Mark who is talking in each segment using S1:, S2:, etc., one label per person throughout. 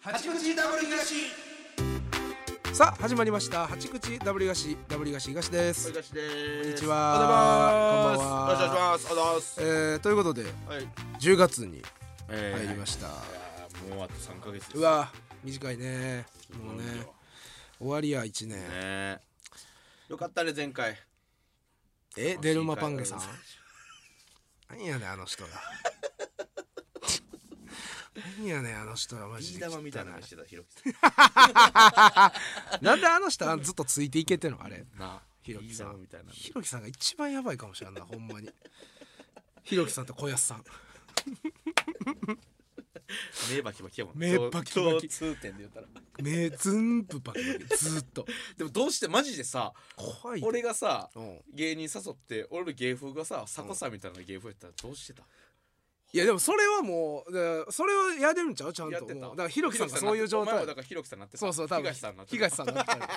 S1: 八口ダブル東
S2: さあ始まりました八口ダブリガシダブリガシ東です、
S1: 東です
S2: こんにち
S1: お
S2: は
S1: はようございます
S2: こんばんは
S1: よろしくお願いします
S2: えー、ということで
S1: おはようございます
S2: 10月に
S1: はい、え
S2: 入りました、
S1: ーもうあと三ヶ月です
S2: うわ短いね
S1: も
S2: も
S1: う
S2: う
S1: ね
S2: ね終わりや1年
S1: ねよかったね前回
S2: えデルマパンゲさん
S1: 新
S2: 何やねんあ の人ら何やねんあの人らマ
S1: ビ
S2: ジ
S1: ー
S2: で
S1: 玉みたいな話してたひろきさ
S2: なんであの人らずっとついていけてんのあれ
S1: んな
S2: ひろき
S1: ビー
S2: さ
S1: 玉
S2: ん
S1: みたいな
S2: ひろきさんが一番やばいかもしれんないほんまにひろきさんと小安さん
S1: 目バキバキやもん
S2: 目バキバキ
S1: 共通点で言ったら
S2: 目ずんぶばっかりずーっと
S1: でもどうしてマジでさ
S2: 怖いで
S1: 俺がさ
S2: うん
S1: 芸人誘って俺の芸風がさ迫さんみたいな芸風やったらどうしてた
S2: いやでもそれはもうだからそれをやれるんちゃうちゃん
S1: やっ
S2: と
S1: てた
S2: もうだからひろきさんがそういう状
S1: お前
S2: 態
S1: もだからひろきさんになってた
S2: そうそう多分
S1: 東さんになってた
S2: 東さんになってたよ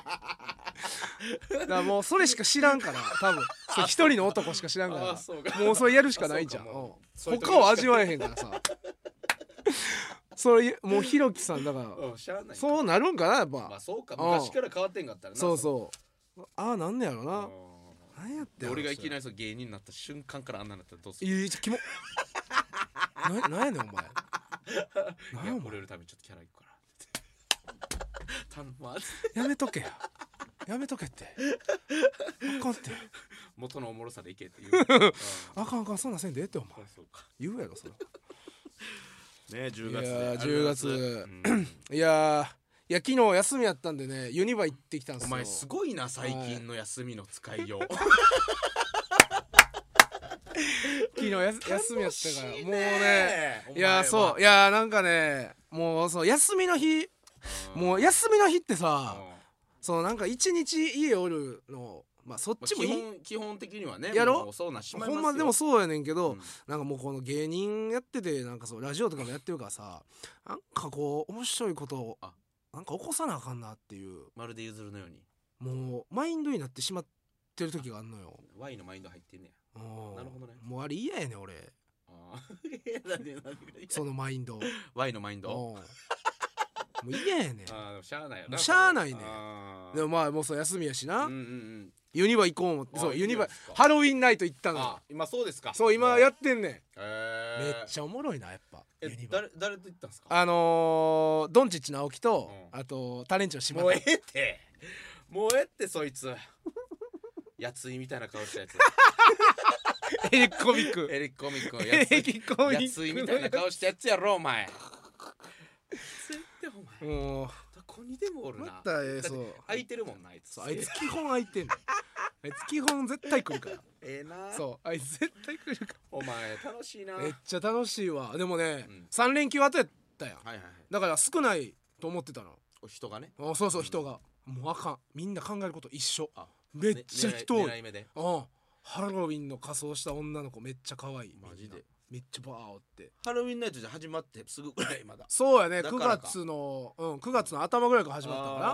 S2: だからもうそれしか知ら んから多分そう一人の男しか知らんか
S1: あ
S2: ら
S1: そうか
S2: もうそれやるしかないじゃん
S1: あそうかも
S2: う
S1: そうい
S2: ん
S1: う時
S2: 他を味わえへんからさそれもうひろきさんだから
S1: うん知らない
S2: そうなるんかなやっ
S1: ま
S2: ぱ
S1: あそうか
S2: うん
S1: 昔から変わってんかったらな
S2: そうそうああなんねやろ
S1: う
S2: なん何やってんの
S1: 俺がいきなりそう芸人になった瞬間からあんなになったらどうする
S2: いやいやキモななん やねん
S1: い
S2: お前なん
S1: や
S2: やお前
S1: 俺のためにちょっとキャラいくからって頼むわって
S2: やめとけややめとけってあかんって
S1: 元のおもろさでいけって言ううん
S2: あかんあかんそんなんせんでええってお前
S1: そうか
S2: 言うやろそれ
S1: ね10
S2: い
S1: 月
S2: やー
S1: ありがとうござい
S2: 10
S1: ますうん
S2: いやーいや昨日休みやったんでねユニバ行ってきたんです
S1: お
S2: よ
S1: 前すごいな最近の休みの使いよう
S2: 昨日やす休みやったから
S1: 楽しい
S2: も
S1: お
S2: うね
S1: 前はい
S2: やーそういやーなんかねもうそう休みの日もう休みの日って
S1: う
S2: さ
S1: ん
S2: そうなんか一日家おるのまあそっ
S1: まあ
S2: ちも
S1: 基
S2: いい
S1: 本基本的にはね
S2: やろ
S1: もうそうなしまい
S2: ほん
S1: ま
S2: ます
S1: よ
S2: でもそうやねんけど、
S1: うん
S2: なんかもうこの芸人やっててなんかそうラジオとかもやってるからさなんかこう面白いことを
S1: あ
S2: なんか起こさなあかんなっていう
S1: まるで譲るのように
S2: もうマインドになってしまってる時があんのよ。
S1: Y のマインド入ってんねや
S2: うん
S1: なるほどね
S2: もうあれ嫌やねん俺
S1: あー いやなんでなんで
S2: そのマインド。
S1: Y のマイン
S2: うん
S1: ド
S2: もう嫌やねん。
S1: あーでもしゃあないよ
S2: も
S1: な
S2: うしゃあないね
S1: あー
S2: でもまあもうそう休みやしな、
S1: うんうんうん
S2: ユニバ行こう思ってそ
S1: あ
S2: う
S1: いい
S2: ユニバ
S1: じゃないですか
S2: ハロウィンナイト行ったのよ
S1: あ今そうですか
S2: そう今やってんねん、
S1: えー
S2: めっちゃおもろいなやっぱユ
S1: え
S2: ニバ
S1: 誰誰と行ったんですか
S2: あのー、ドンチッチの青木と、
S1: う
S2: あとタレンチの島
S1: もう
S2: 田
S1: ええってもうええってそいつやついみたいな顔したや つ
S2: エレコミック。
S1: エリックコミックのや
S2: エ
S1: つ
S2: レ
S1: い
S2: キコミック。
S1: やついみたいな顔したやつやろお前絶対お前
S2: もう、
S1: どこにでもおる
S2: ま
S1: な
S2: たええ、
S1: だっ
S2: そ
S1: て
S2: う。
S1: 空いてるもんなあいつ
S2: そうあいつ基本空いてんの。あいつ基本絶対来るから。
S1: ええな
S2: そう、あいつ絶対来るか
S1: お前楽しいな
S2: ら。
S1: はい
S2: めっちゃ楽しいわ。でもね
S1: うん、
S2: 三連休後やったやん。
S1: はいはい
S2: だから少ないと思ってたの。
S1: お人がね
S2: あそうそう
S1: うん
S2: 人が。もうあかん。みんな考えること一緒。
S1: あ
S2: めっちゃ人多
S1: ね狙
S2: い。
S1: い目で
S2: うん。ハロウィンの仮装した女の子めっちゃ可愛い。
S1: マジで
S2: みんな。めっちゃバーおって。
S1: ハロウィンナイトじゃ始まってすぐぐらいまだ
S2: そうやね、
S1: だ
S2: 9
S1: からか
S2: 月の、うん、9月の頭ぐらいから始まったのかな。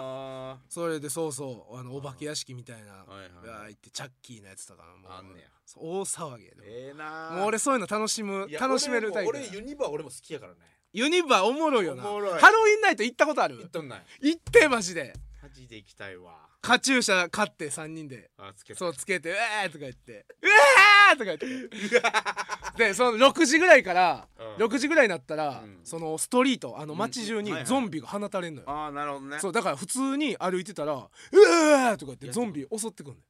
S1: あ
S2: それでそうそうあのお化け屋敷みたいな
S1: ーはいはい
S2: が
S1: はい
S2: 行ってチャッキーのやつとかもう
S1: あんねや
S2: そう大騒ぎやで
S1: ええな
S2: もう俺そういうの楽しむ
S1: いや
S2: 楽しめるタイプ
S1: 俺も俺ユニバ俺も好きやからね
S2: ユニバおもろいよな
S1: おもろい
S2: ハロウィンナイト行ったことあ
S1: 行っ
S2: る
S1: とんない
S2: 行ってマジで
S1: マジで行きたいわ
S2: カチューシャ買って3人で
S1: あつけ
S2: そううつけて「うえー!」とか言って「うえー!」とか言ってでその6時ぐらいから
S1: うん
S2: 6時ぐらいになったら
S1: うん
S2: そのストリートあの
S1: うん
S2: 街中に
S1: はいはい
S2: ゾンビが放たれんのよ
S1: ああなるほどね
S2: そうだから普通に歩いてたら「うえー!」とか言ってゾンビ襲ってくんのよ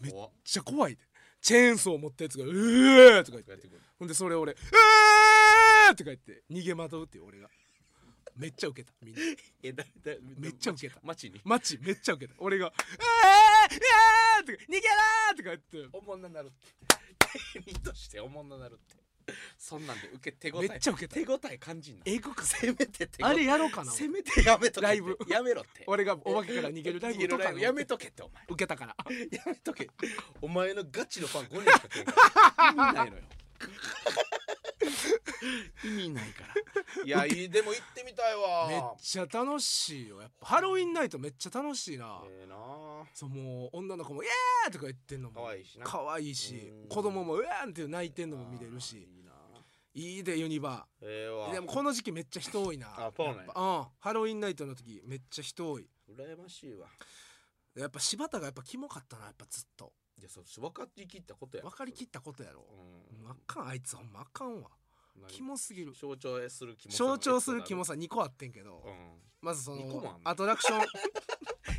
S1: めっ
S2: めっちゃ怖いでチェーンソー持ったやつが「うえー!」とか言ってほんでそれ俺「うえー!」とか言って逃げ惑うっていう俺がめっちゃウケたみんな
S1: えだだ
S2: めっちゃウケた
S1: 街に
S2: 街めっちゃウケた俺が「うえー!」うえー!」とか「逃げろ!」とか言って
S1: おもんななる って芸人としておもんななるってそんなんで受け手応え
S2: めっちゃウケた
S1: 手応え感じんな
S2: えぐく
S1: せめて手応え
S2: あれやろうかな
S1: せめてやめとけって
S2: ライブ
S1: やめろって
S2: 俺がお化けから逃げるライ
S1: 逃げ
S2: ブ
S1: る
S2: と
S1: ラ
S2: か
S1: イブ
S2: の
S1: やめとけってお前
S2: ウケたから
S1: やめと けお前のガチのファン5人しか来ないから意味ないのよ意味ないからいやいいでも行ってみたいわ
S2: めっちゃ楽しいよやっぱハロウィンナイトめっちゃ楽しいな
S1: ええなあ
S2: そうもう女の子も「イエー!」とか言ってんのも
S1: 可愛いしな
S2: 可愛いし
S1: うん
S2: 子供も「うわーん!」って泣いてんのも見れる
S1: あ
S2: し
S1: ーいいな
S2: いいでユニバ
S1: ええ
S2: ー
S1: わ
S2: でもこの時期めっちゃ人多いな
S1: あそうなんや
S2: やっぱうんハロウィンナイトの時めっちゃ人多い
S1: 羨ましいわ
S2: やっぱ柴田がやっぱキモかったなやっぱずっと
S1: いやそう分かりきったことや
S2: 分かりきったことやろ
S1: うん
S2: うんあかんあいつほんまあかんわ
S1: なんか
S2: キモすぎる
S1: 象徴する気も
S2: 象徴するキモ
S1: さ
S2: さ2個あってんけど、
S1: うん
S2: まずそ
S1: 二個もあ
S2: の
S1: んの
S2: アト ラクション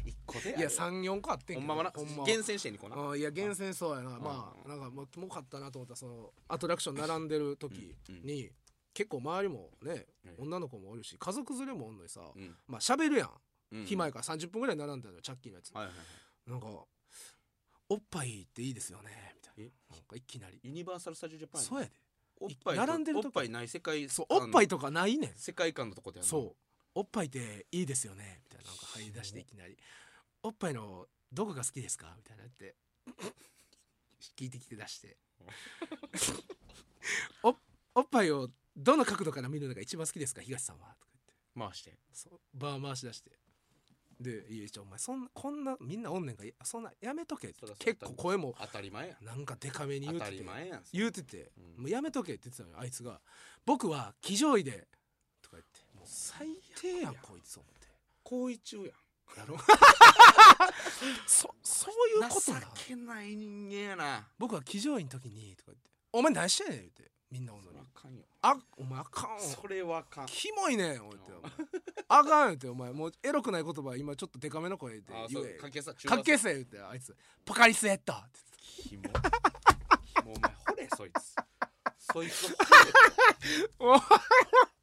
S1: 一個で
S2: いや
S1: 三
S2: 34個あって
S1: ほ
S2: んけど
S1: んまはな
S2: ほんま
S1: 厳選してんねこな
S2: うんいや厳選そうやな
S1: うん
S2: まあなんかまあキモかったなと思ったそのアトラクション並んでる時
S1: うんうん
S2: に結構周りもね
S1: うん
S2: 女の子もおるし家族連れもおんのにさ
S1: うん
S2: まあ喋るやん
S1: うん
S2: 暇やから30分ぐらい並んでるのチャッキーのやつ
S1: はいはいはい
S2: なんか「おっぱいっていいですよね」みたい
S1: え
S2: ななんかいきなり
S1: ユニバーサル・スタジオ・ジャ
S2: 「
S1: パン
S2: そうやで
S1: おっぱいと
S2: 並んでるとこ
S1: おっぱいない世界
S2: そう
S1: あの
S2: おっぱいとかないねん
S1: 世界観のとこでやんな
S2: そうおっぱいっていいですよね」みたいななんか入り出していきなり「おっぱいのどこが好きですか?」みたいなって聞いてきて出して「おおっぱいをどの角度から見るのが一番好きですか東さんは」とか言って
S1: 回して
S2: そうバー回し出して。で「いやちょお前そんなこんなみんなおんねんからいやそんなやめとけ」
S1: そらそう
S2: 結構声も
S1: 当たり前やん
S2: なんかデカめに言
S1: 当
S2: う
S1: た
S2: て
S1: り
S2: て
S1: 前やん
S2: 言うてて、
S1: うん
S2: もうやめとけって言ってたのよあいつが「僕は騎乗位で」とか言ってもう最低や
S1: 最悪
S2: ん
S1: や
S2: こいつ思っ
S1: 行為中やん
S2: てやろそそういうことな
S1: 情けない人間やな
S2: 僕は騎乗位の時にとか言って「お前何してんねん」言ってみんなおんのに
S1: あかんよ
S2: 「あお前あかんわ
S1: それはあかん
S2: キモいねん」おいってお前「あかん」言ってお前もうエロくない言葉今ちょっとデカめの声で
S1: あそ
S2: 言
S1: う
S2: え
S1: 関係さ中
S2: かっ
S1: 学
S2: けえせえ言ってあいつ「ポカリスエット」って言って
S1: キモもうお前掘れそいつそいつを掘
S2: お
S1: れ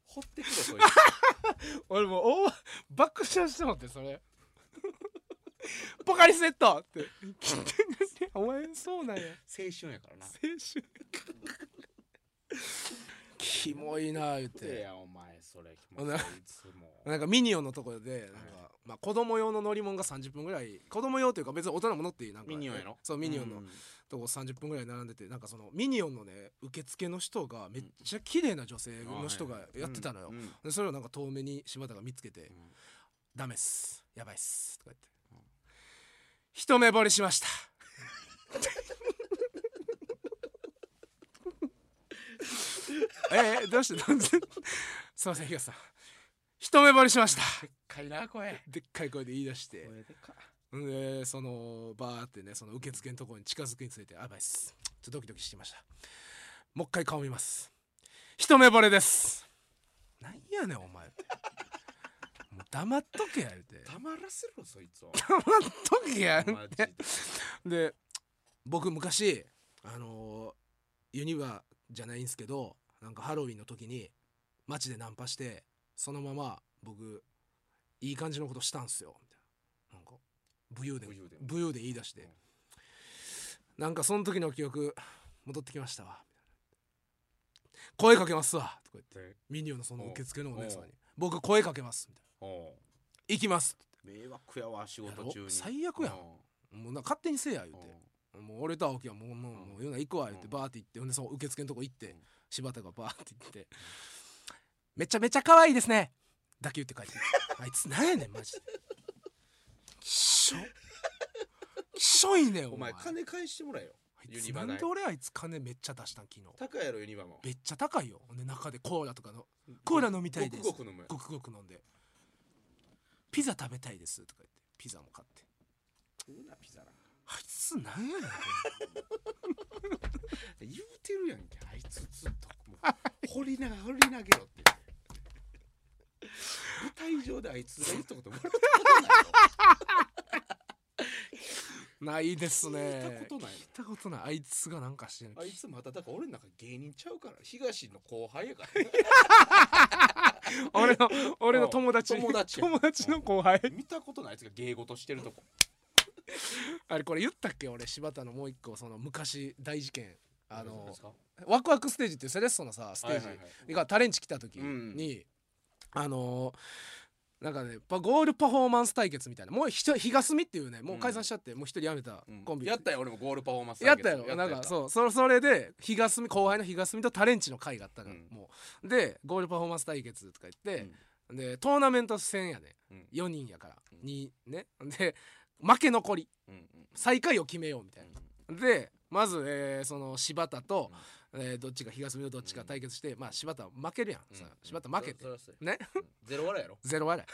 S1: 掘ってくれそいつ
S2: 俺もう大爆笑してもってそれポカリスエットってお前そうなんや
S1: 青春やからな
S2: 青春キモいな言っ
S1: い
S2: て
S1: やお前それキ
S2: ほ
S1: モ
S2: な
S1: そいつ も
S2: なんかミニオンのところでなんか、まあ、子供用の乗り物が30分ぐらい子供用というか別に大人も乗っていいなんか
S1: ミニオンやろ
S2: そうミニオンの
S1: うん
S2: とこ30分ぐらい並んでてなんかそのミニオンのね受付の人がめっちゃ綺麗な女性の人がやってたのよ、
S1: うんうん
S2: でそれをなんか遠目に柴田が見つけて、
S1: うん
S2: ダメっすやばいっすとか言って、一目惚れしました ええどうして なんですいません東さん一目惚れしました
S1: かいな声
S2: でっかい声で言い出して
S1: 声でか
S2: んでそのバーってねその受付のところに近づくにつれてやばいっすちょっとドキドキしてきましたもう一回顔見ます一目惚れですなんやねんお前ってもう黙っとけや言うて
S1: たまらせろそいつを
S2: 黙っとけや
S1: マジで
S2: で僕昔あのーユニバじゃないんですけどなんかハロウィンの時に街でナンパしてそのまま僕いい感じのことしたんすよみたいななんか武勇伝
S1: 武勇伝
S2: 武勇伝言い出して、なんかその時の記憶戻ってきましたわみたいな声かけますわとか言って
S1: で
S2: ミニオンのその受付のお姉さん
S1: おう
S2: に僕声かけますみたい
S1: おう
S2: な行きます
S1: 迷惑やわ仕事中
S2: やろ
S1: に
S2: 最悪やん
S1: お
S2: もうな勝手にせえや言
S1: う
S2: う
S1: お
S2: て
S1: う
S2: もう俺と青木はもうもうもう言うな行くわ言って
S1: うん
S2: バーって行ってほんでその受付のとこ行っ
S1: う
S2: て
S1: ん
S2: 柴田がバーって行って「めちゃめちゃ可愛いですね」だけ言っ て帰ってあいつなんやねんマジできっしょきっしょいねん
S1: お
S2: お前
S1: 前金返してもらえよ
S2: あいつ
S1: ユニバ
S2: な
S1: 代
S2: んで俺あいつ金めっちゃ出したん昨日
S1: 高いやろユニバも
S2: めっちゃ高いよほんで中でコーラとかのコーラ飲みたいです
S1: ごくごく飲む
S2: ごくごく飲んでピザ食べたいですとか言ってピザも買って
S1: うなピザなんか
S2: あいつなんやねん
S1: 言うてるやんけあいつずっともう掘りながら掘り投げろって舞台上であいつが言ったこともらった
S2: ないです
S1: こと
S2: ね
S1: ないよ聞いたことない
S2: 聞いたことないあいつがなんかしてる
S1: あいつまただから俺の中芸人ちゃうから東の後輩やからね
S2: 俺の俺の友達
S1: 友達や
S2: 友達の後輩
S1: 見たことないあいつが芸事してるとこ
S2: あれこれ言ったっけ俺柴田のもう一個その昔大事件あ
S1: どう
S2: の
S1: ですか
S2: ワクワクステージっていうセレッソのさステージ
S1: はいはいはい
S2: がタレンチ来た時にあのなんかねパゴールパフォーマンス対決みたいなもうひと東隅っていうねもう解散しちゃってもう一人辞めた
S1: うん
S2: コンビ
S1: やったよ俺もゴールパフォーマンス
S2: やったやろなん
S1: やっ
S2: か
S1: た
S2: そうそそれで日がすみ後輩の日がすみとタレンチの会があったのよ、
S1: うん
S2: もうでゴールパフォーマンス対決とか言って
S1: ん、
S2: でトーナメント戦やね
S1: うん
S2: 4人やから、
S1: うん
S2: にね で負け残り
S1: うんうん
S2: 最下位を決めようみたいな、でまず、えーその柴田と、えーどっちか東隅のどっちか対決して、まあ柴田負けるやん、さ
S1: うん
S2: 柴田負け
S1: そ
S2: て
S1: そりゃそう
S2: ね
S1: やうんゼロ笑いや ろ
S2: ゼロ笑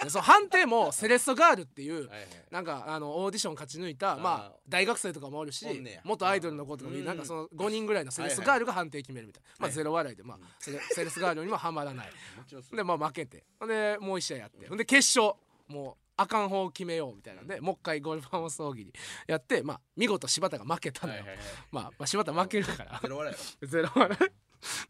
S2: いでその判定もセレッソガールっていう
S1: はいはい
S2: なんかあのオーディション勝ち抜いた
S1: あー
S2: まあ大学生とかもおるし
S1: おんねや
S2: 元アイドルの子とかもいる
S1: うん
S2: なんかその5人ぐらいのセレッソガールが判定決めるみたいな、まあ
S1: はい
S2: ゼロ笑いでまあ
S1: うん
S2: セレセレッソガールにもはまらない
S1: もちろんそう
S2: でまあ負けてほんでもう一試合やってほんで決勝もうあかん方を決めようみたいなんで、もう一回ゴルファンを葬儀にやってまあ見事柴田が負けたの
S1: は
S2: よ、
S1: い はいはい
S2: まあ、まあ柴田負けるから
S1: ゼロ笑いや
S2: ゼロ笑い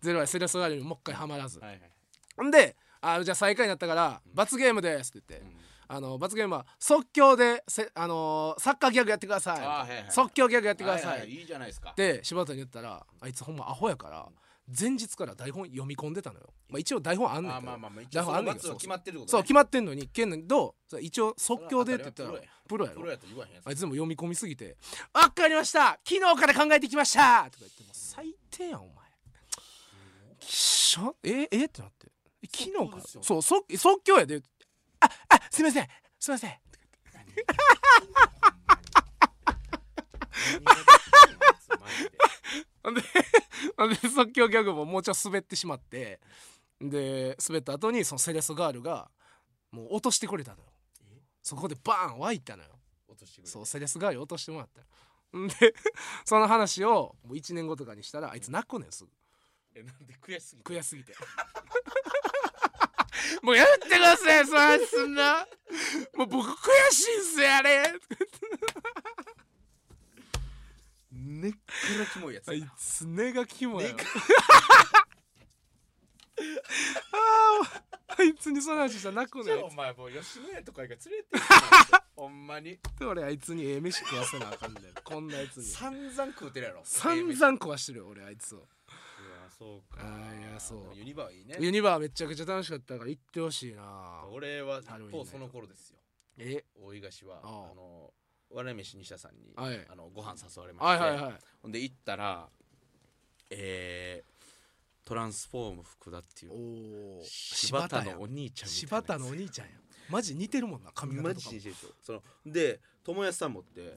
S2: ゼロ笑いセレッソガールにももう一回はまらず、
S1: ろはいはい
S2: ほんであじゃあ最下位になったから罰ゲームですって言って、
S1: うん
S2: あの罰ゲームは即興でせ、あのーサッカーギャグやってください
S1: あはいはい
S2: 即興ギャグやってください、
S1: はいはいいいじゃないですか
S2: で柴田に言ったらあいつほんまアホやから前日から台本読み込んでたのよ、まあ、一応台本あんねん
S1: ま
S2: け
S1: あ
S2: ど
S1: まあまあまあ一
S2: 台
S1: 応
S2: 本
S1: そ
S2: あ
S1: の
S2: んねん
S1: 罰
S2: けど
S1: は決まってるってこと
S2: そう
S1: ね
S2: 決まってんのにけんねんけどそれ一応即興でって言ったら
S1: それは
S2: プロやろ
S1: プロやと言わへんやつ
S2: あいつでも読み込みすぎて「わかりました昨日から考えてきました!」とか言ってもう最低やんお前きっしょええってなってえ昨日
S1: 即興
S2: か
S1: ですよ
S2: そう即即興やで「ああすいませんすいません」
S1: 何ができるのあいつマジで
S2: ほんでほん で即興ギャグももうちょい滑ってしまってで滑った後にそのセレソガールがもう落としてくれたのよ
S1: え
S2: そこでバーン湧いたのよ
S1: 落としてくれ
S2: そうセレス代わり落としてもらったのん でその話をもう1年後とかにしたらあいつ泣くねんすぐ
S1: えなんで悔しすぎて
S2: 悔しすぎて もうやってくださいそれすんなもう僕悔しいんすよあれ
S1: 根っからキモいやつ
S2: あ
S1: や
S2: い
S1: な
S2: つ根がキモいあ
S1: 根が
S2: ー あいつにその話したら泣く
S1: じ
S2: ね
S1: ゃあ
S2: ん
S1: お前もう吉野家とかが連れて行って ほんまに
S2: で俺あいつにええ飯食わせなあ かんねんこんなやつに
S1: 散々食うてるやろ
S2: 散々
S1: うわ
S2: 壊してるよ俺あいつを
S1: そうか
S2: あーいやそう
S1: でもユニバーいいね
S2: ユニバーめちゃくちゃ楽しかったから行ってほしいな
S1: 俺は一
S2: ハロウィンナイ
S1: 方
S2: ト
S1: その頃ですよ
S2: え
S1: 大井菓はあ
S2: ああ
S1: の我飯西田さんにあ
S2: はい
S1: のご飯誘われま
S2: はい
S1: し
S2: はい
S1: て
S2: はい
S1: ほんで行ったらえートランスフォーム福田っていう
S2: おお
S1: 柴田のお兄ちゃんみたいな
S2: 柴田のお兄ちゃんやマジ似てるもんな髪型
S1: マ
S2: とか
S1: ジ
S2: も
S1: でしょそので友安さんもって
S2: う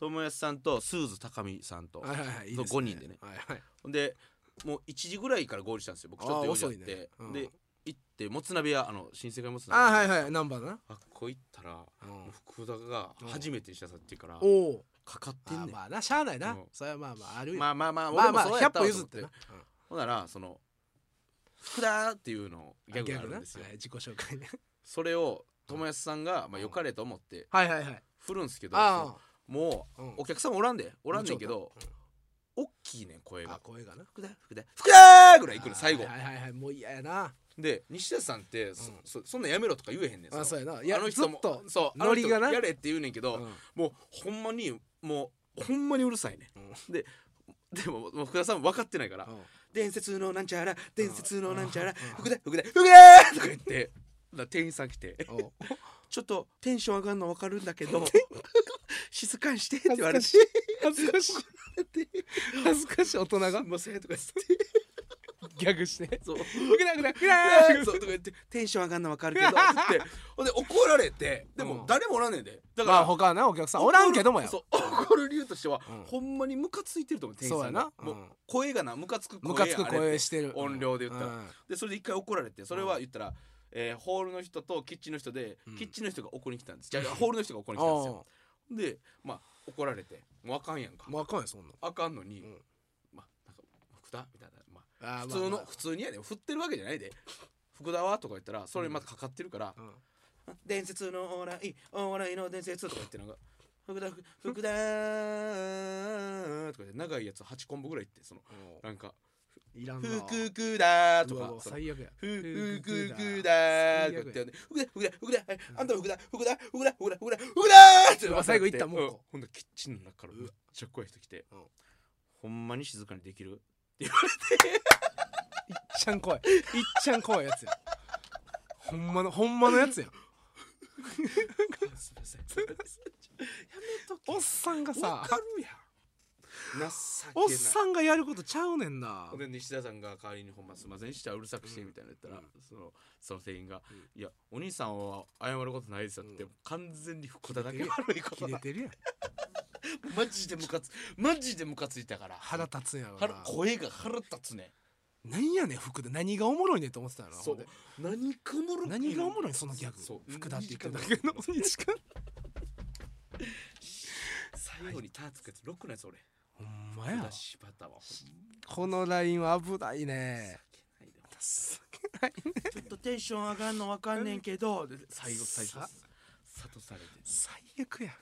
S1: 友安さんとスーズ高見さんと
S2: んはいはいはいいいす
S1: そう五人でね
S2: はいはい
S1: ほんでもう1時ぐらいから合流したんですよ僕ちょっと用事あっ
S2: あー遅いね
S1: て
S2: うん
S1: で行ってもつ鍋屋あの新世界もつ
S2: あ
S1: 鍋
S2: はい
S1: 屋
S2: はいナンバーだな
S1: あっこ行ったらも
S2: うん
S1: う福田が初めて西田さんっていうから
S2: おお
S1: かかってんね
S2: あ
S1: ん
S2: まあなしゃあないな
S1: うん
S2: それはまあまああるよ
S1: まあまあまあ、
S2: ま
S1: 俺
S2: あま
S1: も
S2: あ
S1: そうや
S2: 100
S1: ったわ
S2: 歩
S1: と
S2: 譲
S1: 思
S2: ってなうん
S1: ほんなら、その、福田っていうのをギャグがあるんですよ
S2: な。はい自己紹 介ね
S1: それを、友安さんが、まあ、よかれと思って、
S2: はいはいはい
S1: 振るんですけど、そ
S2: あ
S1: のも
S2: あうん
S1: う、お客さんおらんで、おらんねんけど、
S2: もちろん
S1: おっきいねん、声
S2: なうんあ
S1: が。
S2: 声がな
S1: 福田、福田、福田ぐらい行くの、最後
S2: は。いはいはいもう嫌やな
S1: で、西田さんって、そ
S2: うん
S1: そそんなんやめろとか言えへんねん。
S2: あ
S1: の
S2: そうやないや
S1: あの人も
S2: ずっと、
S1: そう、
S2: ノリがな
S1: あの人やれって言うねんけ
S2: う
S1: ど、
S2: ん
S1: もう、ほんまに、もう、ほんまにうるさいねん。で、でも、もう福田さんも分かってないから
S2: う、ん
S1: 伝説のなんちゃら伝説のなんちゃら
S2: うん
S1: 福田福田福田とか言ってな店員さん来て
S2: おう
S1: ちょっとテンション上がるの分かるんだけ ど静かにしてって
S2: 恥
S1: 言
S2: ず
S1: われ
S2: か
S1: て
S2: しい恥ずかしい恥ずかしい大人が
S1: すいませんとか言って
S2: ギャグして
S1: そう
S2: ふくらふくらふく
S1: あー
S2: ら
S1: そうとか言ってテンション上がるの分かるけどってほんで怒られてで
S2: う
S1: も
S2: ん
S1: 誰もおらんねんでだか
S2: まあ
S1: ら
S2: 他はなお客さん
S1: 怒る
S2: おらんけどもや
S1: そう怒る理由としては
S2: うん
S1: ほんまにムカついてると思う店員
S2: そう
S1: さ
S2: や
S1: んが
S2: な
S1: もう
S2: うん
S1: 声がなムカつく声
S2: ムカつく
S1: あれって
S2: 声してる
S1: 音量で言ったら
S2: うん
S1: でそれで一回怒られてそれは言ったら、えーホールの人とキッチンの人で、
S2: うん
S1: キッチンの人が怒りに来たんですじゃあホールの人が怒りに来たんですよでまあ怒られてもうあかんやんか、
S2: あもうあかんよそんなん
S1: あかんのに、
S2: うん
S1: まあなんか福田みたいな、まあ、
S2: あー
S1: 普通の、
S2: まあまあ
S1: 普通にやで振ってるわけじゃないで福田はとか言ったらそれまたかかってるから、
S2: うん
S1: 伝説のお笑いお笑いの伝説とか言ってなんか福田福田とか言って長いやつ8コンボぐらいいってそのなんか
S2: いら
S1: 「
S2: んな
S1: 福くだ」と
S2: うわう
S1: か
S2: わ
S1: その
S2: 最悪や
S1: ふふくくだ
S2: だ
S1: ー
S2: ー
S1: って言って、ふくだふくだふくだ、はい
S2: うん
S1: あんたもふくだふくだふくだふくだふくだふくだーって
S2: うわ最後行ったもん
S1: うほんでキッチンの中からめっちゃ怖い人来て
S2: うわうん、
S1: ほんまに静かにできる
S2: いっちゃん怖いいっちゃん怖いや つやほんまのほんまのやつや
S1: すいません。やめと
S2: おっさんが
S1: わ
S2: さ
S1: かるやん。なっ
S2: おっ
S1: け
S2: さんがやることちゃうねんな
S1: ないで西田さんが代わりにほんますいませんでしたうるさくしてみたいな言ったら、
S2: うん
S1: そのその店員が、
S2: うん
S1: いやお兄さんは謝ることないですよ」って、
S2: うん
S1: 完全に福田だけ悪いこ
S2: 切
S1: と
S2: れ
S1: だ
S2: てるやん
S1: マジでムカつマジでムカついたから
S2: 腹立つんやろ
S1: 腹
S2: な
S1: 声が腹立つね
S2: 何やねん福田何がおもろいねんと思ってたよな
S1: そう
S2: ほんで
S1: 何かおもろい
S2: 何がおもろいそのギャ
S1: そう
S2: グ福田って言ってんだけど2 時間
S1: 最後にターつくやつロックのやつ俺
S2: ほんま
S1: 福
S2: や
S1: 田柴田はほんま
S2: このラインは危ないね
S1: 情けないでちょっとテンション上がんのわか
S2: んねん
S1: けど最後
S2: さ
S1: 最初諭されて
S2: 最悪や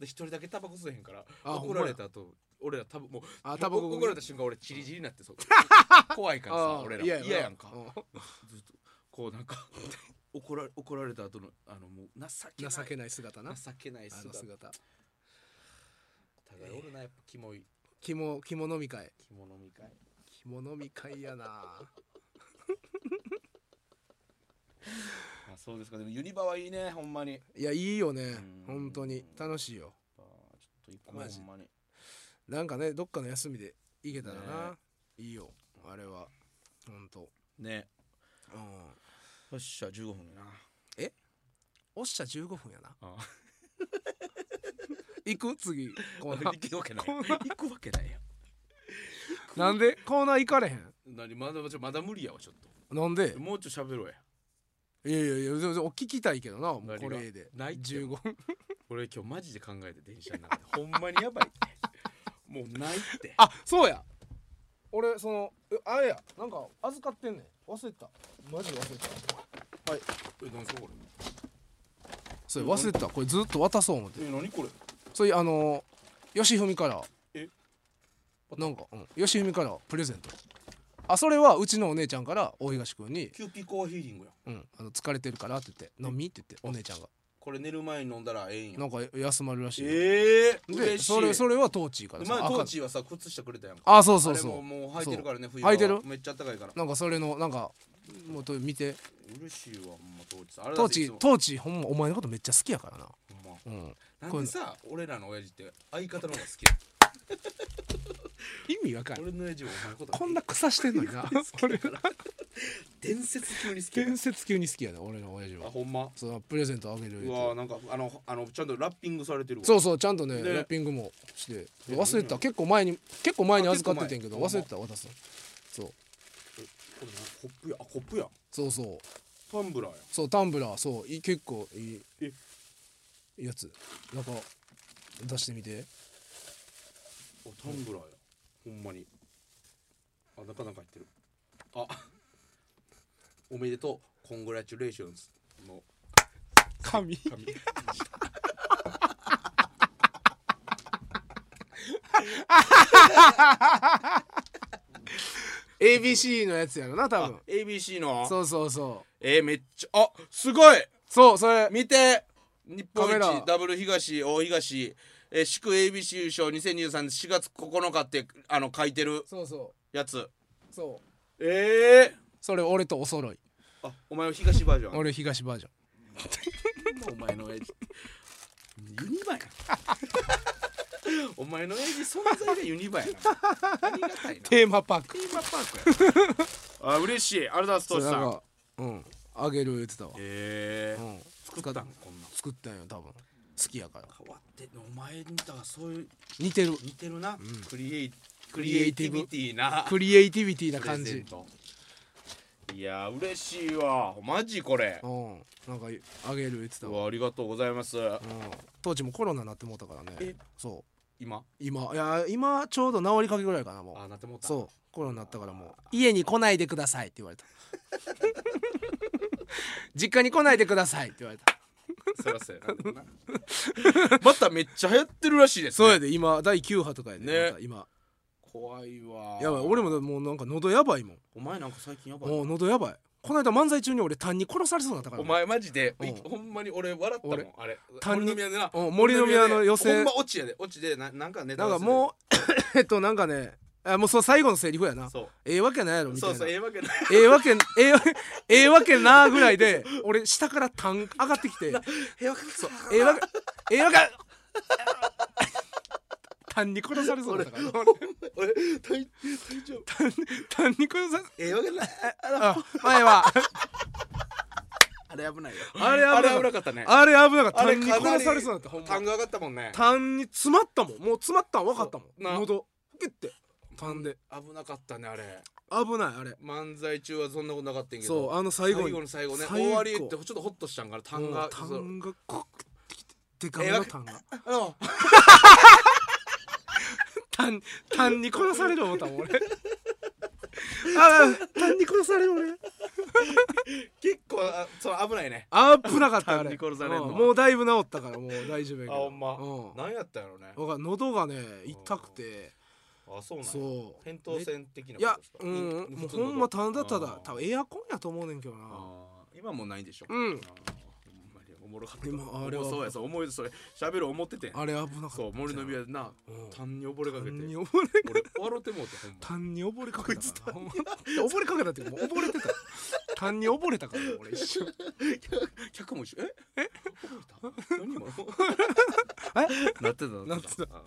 S1: で一人だけタバコ吸えへんから
S2: あほん
S1: 怒
S2: まや
S1: られた後俺らタバもう
S2: あタバコ
S1: 怒られた瞬間俺チリチリになって そう怖いからさ俺ら
S2: 嫌
S1: 嫌やんか
S2: う
S1: ずっとこうなんか怒ら怒られた後のあのもう情けな
S2: ん
S1: い
S2: 情けない姿な
S1: 情けない
S2: あ
S1: 姿
S2: の姿
S1: 互いおるなやっぱキモい
S2: 肝肝飲み会
S1: 着物みたい
S2: 肝飲み会やな
S1: あそうですかでもユニバはいいねほんまにやっ
S2: いやいいよね
S1: ん
S2: 本当に楽しいよ
S1: ぱちょっと一個目
S2: マジ
S1: ほんまに
S2: なんかねどっかの休みで行けたらな、
S1: ね
S2: いいよあれは本当
S1: ね
S2: うん
S1: よっしゃ15分や な
S2: おっしゃ15分やな
S1: あ
S2: 行く次コーナー
S1: 行くわけない
S2: こんな
S1: 行くわけないや
S2: なんでコーナー行かれへん
S1: 何まだまだ無理やわちょっ
S2: なんで
S1: ともうちょっと喋ろうや
S2: いやいやいや全然お聞きたいけどなもう
S1: 何が
S2: これで
S1: ないって
S2: 15分
S1: 俺今日マジで考えて電車の中でほんまにやばい ってもうないって
S2: あそうや俺そのえあれやなんか預かってんねん忘れてたマジで忘れてた
S1: え何すかこれ
S2: それ忘れてたこれずっと渡そう思って
S1: え何これ
S2: そういうあのよしふみから
S1: え
S2: なんか、うん、よしふみからプレゼントあそれはうちのお姉ちゃんから大東君に
S1: キューピーコアヒーリングや
S2: 「うん、あの疲れてるから」って言って「飲み?」って言ってお姉ちゃんが
S1: これ寝る前に飲んだらええんや
S2: なんか休まるらしいよ
S1: ええ
S2: で
S1: 嬉しい
S2: それそれはトーチーから
S1: 前
S2: 赤
S1: ト
S2: の
S1: ーチーはさ靴下くれたやんか
S2: あそうそうそ
S1: あれも
S2: う
S1: もう履いてるからね冬
S2: 履いてる
S1: めっちゃ暖かいから
S2: なんかそれのなんかもうと見て
S1: 嬉しいわほんまトーチーあれだ
S2: トー
S1: って
S2: チ
S1: いつ
S2: ー
S1: も
S2: トーチーほんまお前のことめっちゃ好きやからな
S1: ほんま
S2: うん
S1: なんでさ俺らの親父って相方の方が好きや
S2: 意味わかる
S1: 俺の親父はお前のことが
S2: こんな草してんのに な俺
S1: 伝説級に好きや
S2: 建設級に好きやね俺の親父
S1: あ
S2: は
S1: ほんま
S2: そのプレゼントあげる
S1: う
S2: 言うて
S1: わなんかあのあのちゃんとラッピングされてるわ
S2: そうそうちゃんとね
S1: ね
S2: ラッピングもして
S1: え
S2: 忘れてた結構前に結構前に預かっててんけど
S1: あ結構
S2: 忘
S1: 前
S2: れてた渡すのそう
S1: これなコップやあコップや
S2: そうそう
S1: タンブラーや
S2: そうタンブラーそういい結構いい
S1: え
S2: やつなんか出してみて
S1: あタンブラーやほんまにあなかなか入ってるあ おめでとうコングラチュレーションズの
S2: 紙
S1: 紙紙
S2: ABC のやつやろな多分
S1: あ ABC の
S2: そうそうそう
S1: えー、めっちゃあすごい
S2: そうそれ
S1: 見て日本
S2: カメラ
S1: 一ダブル東大東えー祝 ABC 優勝2023年4月9日ってあの書いてる
S2: そうそ
S1: やつ
S2: うそう
S1: ええ
S2: それ俺とお揃い
S1: あお前は東バージョン
S2: 俺東バージョン
S1: お前の親父ユニバやんお前の親父存在がユニバやなありがたい なテ
S2: テーマパーク
S1: ーマパークやあ嬉しいありがとうございますトシさ
S2: なん
S1: ん
S2: かうんあげる言ってたわ
S1: え
S2: う
S1: え
S2: ん
S1: 作ったんこんなん
S2: 作ったんよ多分好きやから
S1: 変わってお前にだからそういう
S2: 似てる
S1: 似てるな、
S2: ん
S1: クリエイク
S2: ク
S1: リ
S2: リ
S1: エ
S2: エ
S1: イ
S2: イ
S1: テ
S2: テ
S1: ィ
S2: ィブ
S1: ビティな
S2: クリエイティビティな感
S1: プレゼ
S2: じ
S1: ントいやー嬉しいわマジこれ
S2: うんなんかあげる言ってた
S1: う
S2: わ
S1: わありがとうございます
S2: うん当時もコロナなってもうたからね
S1: え
S2: そう
S1: 今
S2: 今いや今ちょうど治りかけぐらいかなもう
S1: あなってもうた
S2: そうコロナになったからもう家に来ないでくださいって言わ れた実家に来ないでくださいって言われた
S1: そらそうやなまためっちゃ流行ってるらしいです、ね、
S2: そうやで今第9波とかやで、
S1: ね
S2: また今
S1: 怖いわ
S2: やばい俺ももうなんか喉やばいもん
S1: お前なんか最近やばいな
S2: もう喉やばいこの間漫才中に俺痰に殺されそうになったから
S1: お
S2: ね、
S1: 前マジで
S2: うん
S1: ほんまに俺笑ったもん
S2: 俺
S1: あれ
S2: 担任
S1: 森の宮でな
S2: うん森の宮の予選
S1: ほんま落ちやで落ちでななんかネタ
S2: なんか
S1: う
S2: もう えっとなんかねあもうそう最後のセリフやな
S1: そう
S2: ええわけないやろみた
S1: そ
S2: いうな
S1: そうええわけない
S2: ええわけええわけええわけなあぐらいで俺下から痰上がってきて
S1: ええわけない
S2: ええわけええわけ単に殺されそうだったから
S1: 俺俺体体調
S2: 単に殺され
S1: ええわけないあら
S2: あ前は
S1: あれ危ないよ
S2: あれ危なかった
S1: あ危なかったね
S2: あれ危なかった
S1: あれ
S2: 単に殺されそうだったほんま
S1: 単語上がったもんね
S2: 痰に詰まったもんもう詰まったん分かったも
S1: そうなん
S2: 喉ピュッて痰で
S1: 危なかったねあれ
S2: 危ないあれ
S1: 漫才中はそんなことなかったんやけ
S2: そう
S1: ど
S2: あの最
S1: 最
S2: 後
S1: 後
S2: に
S1: の最後ね
S2: 最後
S1: 終わりってちょっとホッとしたんから単
S2: も
S1: が
S2: う
S1: そう
S2: 痰がコクってきてでか
S1: え
S2: め
S1: わ
S2: の
S1: け
S2: 痰が
S1: あの
S2: 痰痰に殺される思ったもん 俺ああ痰に殺される俺
S1: 結構あそう危ないね
S2: あー危なかったあ
S1: 痰
S2: れ
S1: に殺されんの
S2: うんもうだいぶ治ったからもう大丈夫やけ
S1: あ
S2: ど
S1: ほんま
S2: うん
S1: 何やったんやろね
S2: わかん喉がね痛くて
S1: あそうなんや
S2: そう
S1: 扁桃腺的ない
S2: や
S1: ことですか
S2: うん
S1: い
S2: もう
S1: 普通
S2: ほ
S1: の
S2: んまただただ
S1: あー
S2: 多分エアコンやと思うねんけどな
S1: あー今もうないでしょ
S2: う
S1: あ
S2: ん
S1: ーほんまにおもろかった
S2: 今あれは
S1: そうやそう思い出それ喋る思っててん
S2: あれ危なかった
S1: そう森の宮でな
S2: うん
S1: 単に溺れかけて
S2: 痰に
S1: 俺
S2: 溺れ
S1: 笑ってもうてほんま
S2: 単に溺れかけたか
S1: こ
S2: らなほんま溺れかけたっていうかもう溺れてた単に溺れたからな俺一瞬
S1: 客も一緒え え何今のなってた
S2: なってた
S1: あー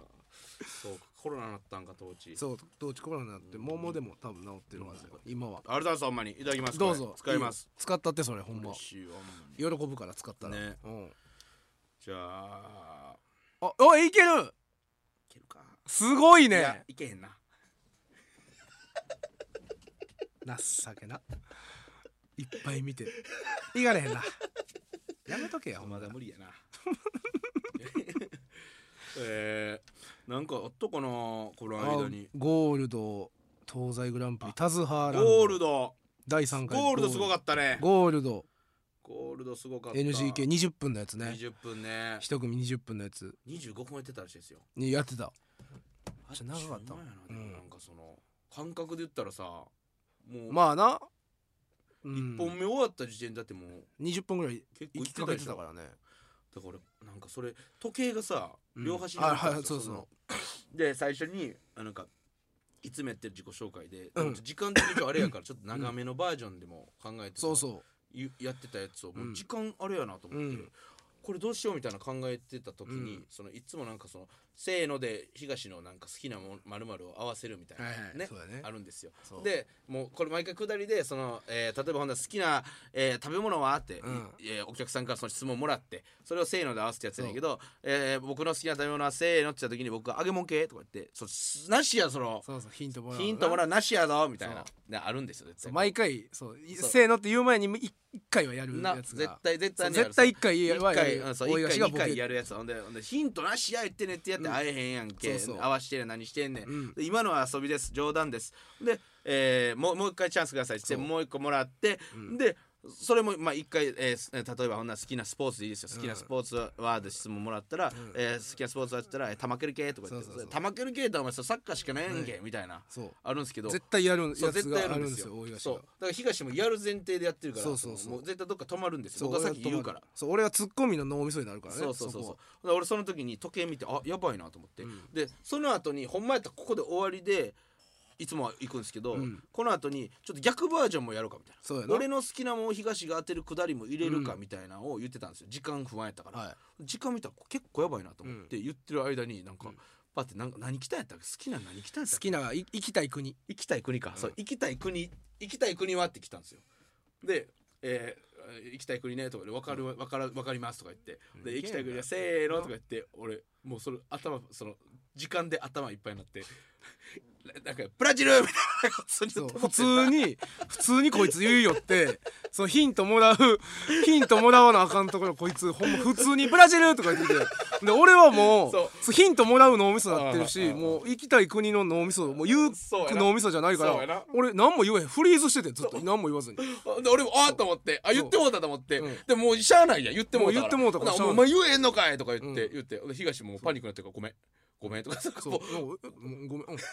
S1: そうかコロナなったんか当時
S2: そう同地コロナになって桃でも多分治ってるはずよ今は
S1: あれだぞほんまにいただきます
S2: どうぞ
S1: これ使います
S2: いいよ使ったってそれほんま
S1: 嬉しいわほんまに
S2: 喜ぶから使ったら
S1: ね
S2: うん
S1: じゃあ
S2: あおいける
S1: いけるか
S2: すごい
S1: いや
S2: ね
S1: いけへんな
S2: 情けないっぱい見ていかれへんなやめとけよほん
S1: ま
S2: まだ
S1: だ無理やな えー、なんかあったかなこの間に
S2: ゴールド東西グランプリ田津ハーランド
S1: ゴールド
S2: 第3回
S1: ゴールドすごかったね
S2: ゴールド
S1: ゴールドすごかった
S2: NGK20 分のやつね
S1: 20分ね
S2: 一組20分のやつ
S1: 25分やってたらしいですよ
S2: にやってたあ
S1: ち
S2: 長かった
S1: やな、で
S2: う
S1: も
S2: ん
S1: なんかその感覚で言ったらさもう、
S2: まあな、う
S1: 1本目終わった時点だってもう
S2: 20分ぐらい
S1: 結構
S2: 行
S1: いっ
S2: き
S1: てた
S2: かけ
S1: で
S2: て
S1: したょ
S2: からね
S1: だからなんかそれ時計がさ
S2: うん
S1: 両端に
S2: あ
S1: あったん
S2: は
S1: で
S2: い
S1: す
S2: そ
S1: よ
S2: うそう
S1: ので最初にあなんかいつもやってる自己紹介で、
S2: うん
S1: 時間的にあれやからちょっと長めのバージョンでも考えて、
S2: そうそう
S1: ゆやってたやつをもううん時間あれやなと思って、
S2: うん
S1: これどうしようみたいな考えてた時に、
S2: うん
S1: そのいつもなんかそのせーので東のなんか好きなもまるを合わせるみたいな、
S2: はいはい
S1: ね
S2: そうだね
S1: あるんですよ
S2: そう
S1: でもうこれ毎回くだりでその、えー例えばほんなら好きな、えー食べ物はって、
S2: うん
S1: えーお客さんからその質問もらってそれをせーので合わせてやつやねんけど、えー僕の好きな食べ物はせーのって言った時に僕揚げもん系とか言ってそなしやその
S2: そうそうヒントもらう
S1: ヒントもら
S2: う
S1: うなしやぞみたい
S2: そ
S1: な
S2: う
S1: ねあるんですよ絶
S2: そう
S1: 対
S2: 毎回そうい
S1: そう
S2: せーのって言う前に1回はやる
S1: な
S2: やつ
S1: 絶
S2: が
S1: 対絶対に
S2: そう
S1: やる
S2: 絶対1回
S1: 一
S2: はや
S1: 回
S2: る
S1: うんそう
S2: 大
S1: 一回
S2: 東が
S1: 二
S2: ボケ
S1: 回やるやつほんでほんでヒントなしや言ってねってやって
S2: うん
S1: 会えへんやんけ、
S2: そうそう
S1: 合わしてね何してんねん、
S2: うん
S1: で今のは遊びです冗談ですで、えーもうもう一回チャンスくださいって
S2: そう
S1: もう一個もらって、
S2: うん
S1: でそれもまあ一回、えーすえー例えばほんなら好きなスポーツでいいですよ
S2: うん
S1: 好きなスポーツはで質問もらったら、
S2: ん
S1: えー好きなスポーツはって言ったらえー「玉蹴る系」とか言って
S2: そうそうそう
S1: 玉蹴る系」ってお前それサッカーしかないやんけ、みたいな
S2: そう
S1: あるんですけど
S2: 絶対やるや
S1: そう
S2: つ
S1: 絶対や
S2: があ
S1: る
S2: る
S1: んで
S2: んですすよ
S1: よ
S2: 大東
S1: そう
S2: が
S1: だから東もやる前提でやってるから
S2: そうそうそう
S1: もう絶対どっか止まるんです
S2: そ
S1: よ
S2: う
S1: 僕がさっき言うから
S2: そう俺はツッコミの脳みそになるからね
S1: そうそうそう
S2: こ
S1: そ
S2: は
S1: うで俺その時に時計見てあやばいなと思って、
S2: うん
S1: でその後にほんまやったらここで終わりでいつもは行くんですけど、
S2: うん
S1: この後にちょっと逆バージョンもやろうかみたいな
S2: そうやな
S1: 俺の好きなもんを東が当てるくだりも入れるか
S2: うん
S1: みたいなのを言ってたんですよ時間不安やったから、
S2: はい
S1: 時間見たら結構やばいなと思って言ってる間になんか、パッてなんか何来たんやったっけ好きな何来たんやったっ
S2: 好
S1: け
S2: きない行きたい国
S1: 行きたい国か、そう行きたい国行きたい国はって来たんですよで、えー行きたい国ねとかで分かる、わ分から分かりますとか言ってで
S2: い
S1: 行
S2: け
S1: き
S2: ん
S1: た
S2: ない
S1: 国はせーのとか言って俺もうそれ頭その時間で頭いっぱいになって なんかブラジルみたいなことに
S2: そう
S1: 思って
S2: 普通に普通にこいつ言うよってそのヒントもらうヒントもらわなあかんところこいつほんま普通に「ブラジル!」とか言っててで俺はもう
S1: そう
S2: そうヒントもらう脳みそになってる
S1: あー
S2: し
S1: あー
S2: もう行きたい国の脳みそもう言う
S1: そうやな
S2: 脳みそじゃないか
S1: そうやな
S2: ら俺何も言えへんフリーズしててずっと何も言わずに
S1: で俺もああと思ってあ言ってもうたと思って、
S2: うん
S1: でももうしゃあないやん言ってもうたから
S2: もう言ってもうたから
S1: ほ
S2: しゃ
S1: な
S2: あ
S1: お
S2: ない
S1: 前言えんのかいとか言って、
S2: うん
S1: 言ってで東もうパニックになってるからごめんごめんとか
S2: そう
S1: もう
S2: もうえもうごめんうんち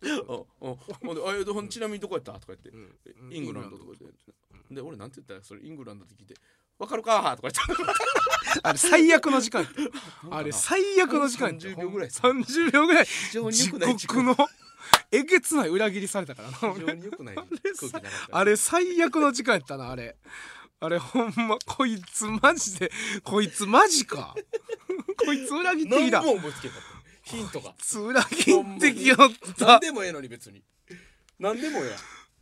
S1: うんうんほんであえほんちなみにどこやったとか言って、
S2: うん
S1: イングランドとか言って、で俺なんて言ったらそれイングランドって聞いて「わかるか?」とか言って
S2: ょっとあれ最悪の時間やったあれ最悪の時間やった
S1: 30秒ぐらい
S2: 30秒ぐらい
S1: 非常に
S2: 地
S1: 良く ない時
S2: 獄
S1: 間
S2: のえげつない裏切りされたからな
S1: 非常に良くない空気なかった
S2: あれ最悪の時間やったなあれあれほんまこい つマジでこいつマジかこいつ裏切ってきた
S1: 何本思いつけたヒント が
S2: つ裏切ってきよった
S1: 何でもええのに別に何でもえ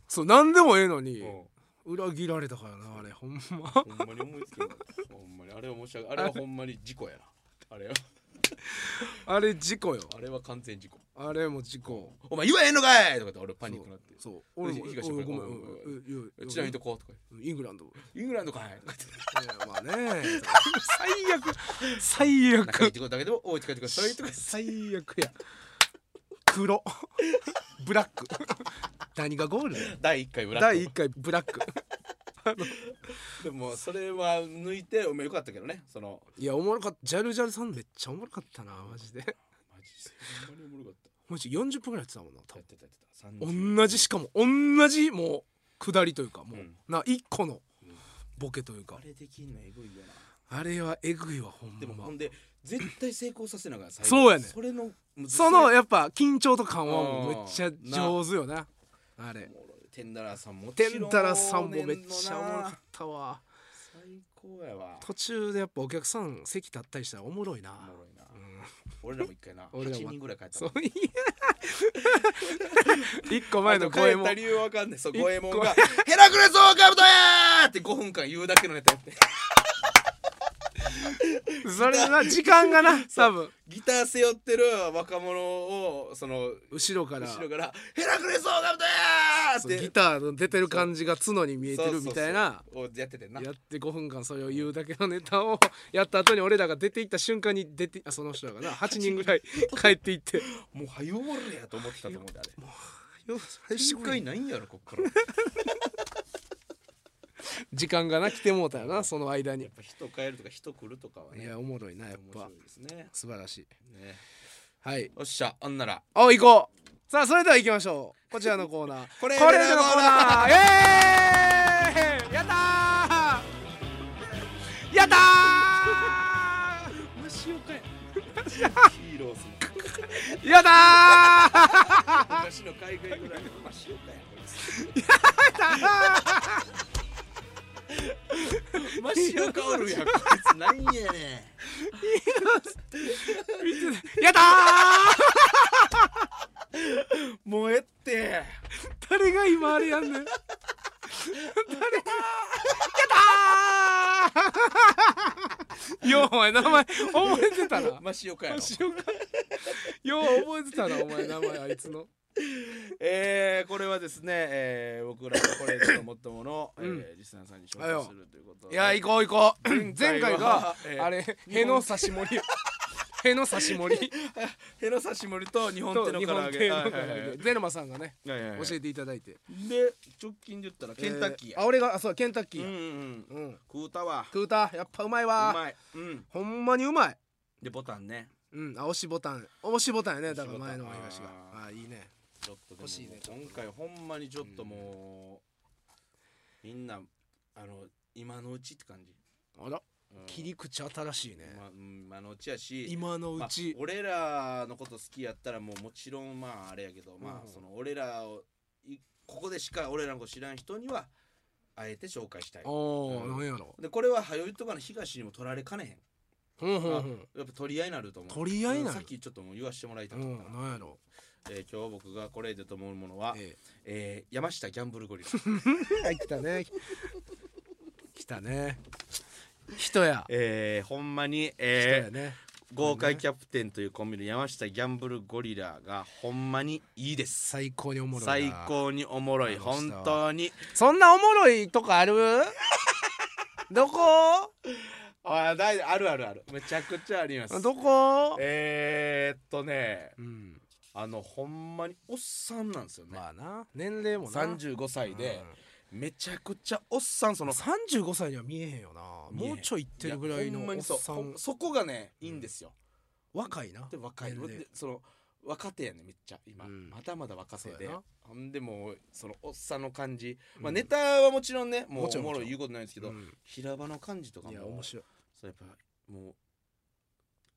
S2: そう何でもええの
S1: え
S2: に
S1: やん、
S2: 裏切られたからなあれほんま
S1: うん、 ほんまに思いつけなかったほんまにあれは申し 訳あれはほんまに事故やなあ れは
S2: あれ事故よ
S1: あれは完全事故
S2: あれも事故
S1: お前言わへんのかいとかって俺パニックになって
S2: そう俺も
S1: 東
S2: お
S1: 村
S2: いごめん
S1: おいおい
S2: うんうん
S1: ちなみにどことか
S2: イングランド
S1: イングランドかいと か言って
S2: ええまあね 最悪最
S1: 仲いいっ
S2: 悪
S1: てことだけでもおいて 帰ってくださいとか
S2: 最悪や黒ブラック何がゴールだよ
S1: 第一回裏
S2: 第1回ブラック
S1: でもそれは抜いてお前よかったけどねその
S2: いやおもろかったジャルジャルさんめっちゃおもろかったなマジで
S1: マジでほんまにおもろかっ
S2: マジ40分ぐらいやってたもんな多
S1: たやってたやってた
S2: 分同じしかも同じもう下りというかもう、
S1: うん
S2: な1個の
S1: うん
S2: ボケというか
S1: あれできんのえぐいよな
S2: あれはえぐいわほんま
S1: でもほんで絶対成功させながら最後
S2: そうやねん
S1: それのもう
S2: その
S1: 絶
S2: やっぱ緊張と緩和もめっちゃ上手よなあ
S1: 対
S2: れ
S1: おもろいテンダラーさんも
S2: てんたらさんもめっちゃおもろかっ
S1: った
S2: わ
S1: 最高やわ
S2: 途中でやっぱお客さん席立ったりしたらおもろいな
S1: おもろいな
S2: うん
S1: 俺らも一回な
S2: 俺らも
S1: 8人ぐらい帰った
S2: そ
S1: もん
S2: ういや一個前の声も
S1: 帰った理由わかんねえそう五右衛門が
S2: 一
S1: 「ヘラクレスオオカブトやー!」って5分間言うだけのネタやって
S2: それは時間が な多分
S1: ギター背負ってる若者をその
S2: 後ろから
S1: 後ろから「ヘラクレスオオカブトやー!」っ
S2: そう
S1: て
S2: ギターの出てる感じが角に見えてるみたいな
S1: そうそうそうをやっててんな
S2: やって5分間それを言うだけのネタをやった後に俺らが出ていった瞬間に出てあその人らがな8人ぐらい帰っていって
S1: もうはよ終わるやと思ってたと思うんだあれ
S2: よ
S1: 一回ないんやろこっ から
S2: 時間がな来てもうたよなその間に
S1: やっぱ人変えるとか人来るとかはいね
S2: やおもろいなやっ
S1: 面
S2: ぱ
S1: 白いですね
S2: 素晴らしい
S1: ね
S2: はい
S1: よっしゃあんなら
S2: お行こうさあそれでは行きましょうこちらのコーナー
S1: これ
S2: これでのコーナーイエーイやったーやったー
S1: 虫を変えヒーローズの
S2: やったー
S1: 昔の海外ぐらいの虫を変えこいつマシオカオルやこいつないんやね
S2: やったー
S1: もうえって
S2: 誰が今あれやんねん誰がやったーようお前名前覚えて たなよう
S1: マシオカやろ
S2: 覚えてたなお前名前あいつの
S1: えー、これはですね、えー、僕らがこれと思ったものを、
S2: うん
S1: えー、リスナーさんに紹介するということ
S2: い
S1: で
S2: や行こう行こう前
S1: 前
S2: 回
S1: 回
S2: が
S1: はえー
S2: あれへの刺し盛りへの刺し盛り
S1: ヘロ刺し盛りと日本
S2: と
S1: 手の
S2: 日
S1: 唐
S2: 本
S1: 揚
S2: 庭
S1: げ
S2: の
S1: は
S2: 唐
S1: いはいはい
S2: 揚げゼルマさんがね
S1: はいはいはい
S2: 教えていただいて
S1: で直近で言ったらケンタッキー
S2: え
S1: や、
S2: あ俺があそうケンタッキ
S1: うん
S2: ーや
S1: うんうん
S2: うん
S1: 食うたわ
S2: 食うたやっぱうまいうわ
S1: まいうん
S2: ほんまにうまい
S1: でボタンね
S2: うん、あ押しボタン押しボタンやねだから前の
S1: 押しボタン
S2: 話がああいいね
S1: ちょっとでも
S2: 欲しいねちょっと
S1: 今回ほんまにちょっともう、みんなあの今のうちって感じ、
S2: あら
S1: うん
S2: 切り口新しいね
S1: まうん今のうちやし
S2: 今のうち
S1: まあ俺らのこと好きやったらもうもちろんまああれやけど、ま
S2: う
S1: あ
S2: ん
S1: その俺らをいここでしか俺らのこと知らん人にはあえて紹介したい
S2: おお
S1: うん
S2: なんやろ
S1: でこれは早いとかの東にも取られかね
S2: ふん
S1: へ
S2: ふ
S1: ん、
S2: んふん
S1: やっぱ取り合いになると思う
S2: 取り合いな
S1: うん
S2: の
S1: さっきちょっともう言わしてもらいた
S2: う
S1: かった
S2: ん
S1: な、
S2: なんやろ
S1: えー今日僕がこれでと思うものは、え
S2: え
S1: ー山下ギャンブルゴリラ
S2: え来たね来たね人や
S1: えーほんまに、
S2: 人
S1: え
S2: やね
S1: ー豪快キャプテンというコンビの山下ギャンブルゴリラがほんまにいいです
S2: 最高におもろい
S1: 最
S2: な
S1: 高におもろい
S2: あの人
S1: 本
S2: は
S1: 当に
S2: そんなおもろいとか あるどこ
S1: あだいあるあるあるめちゃくちゃあります
S2: どこ
S1: えー、っとね
S2: うん
S1: あのほんまにおっさんなんですよね、
S2: まあな年齢もな
S1: 35歳で
S2: うん、
S1: めちゃくちゃおっさんその
S2: 35歳には見えへんよな
S1: 見えへん
S2: もうちょいいってるぐらい
S1: やほ
S2: の
S1: ん
S2: お
S1: ま
S2: っ
S1: にそう
S2: さ
S1: ほ
S2: ん
S1: んそこがねいいんですよ、
S2: 若いな
S1: で若い
S2: 年齢
S1: でその若手やねめっちゃ今、
S2: うん
S1: まだまだ若手
S2: そう
S1: で
S2: やな
S1: ほんでもうそのおっさんの感じ、ま
S2: う
S1: あ
S2: ん
S1: ネタはもちろんねもう
S2: もち
S1: お
S2: ろん
S1: もろい
S2: もちろ
S1: 言う
S2: ん
S1: ことないんですけど、
S2: うん
S1: 平場の感じとかも
S2: いや面白い
S1: そうやっぱもう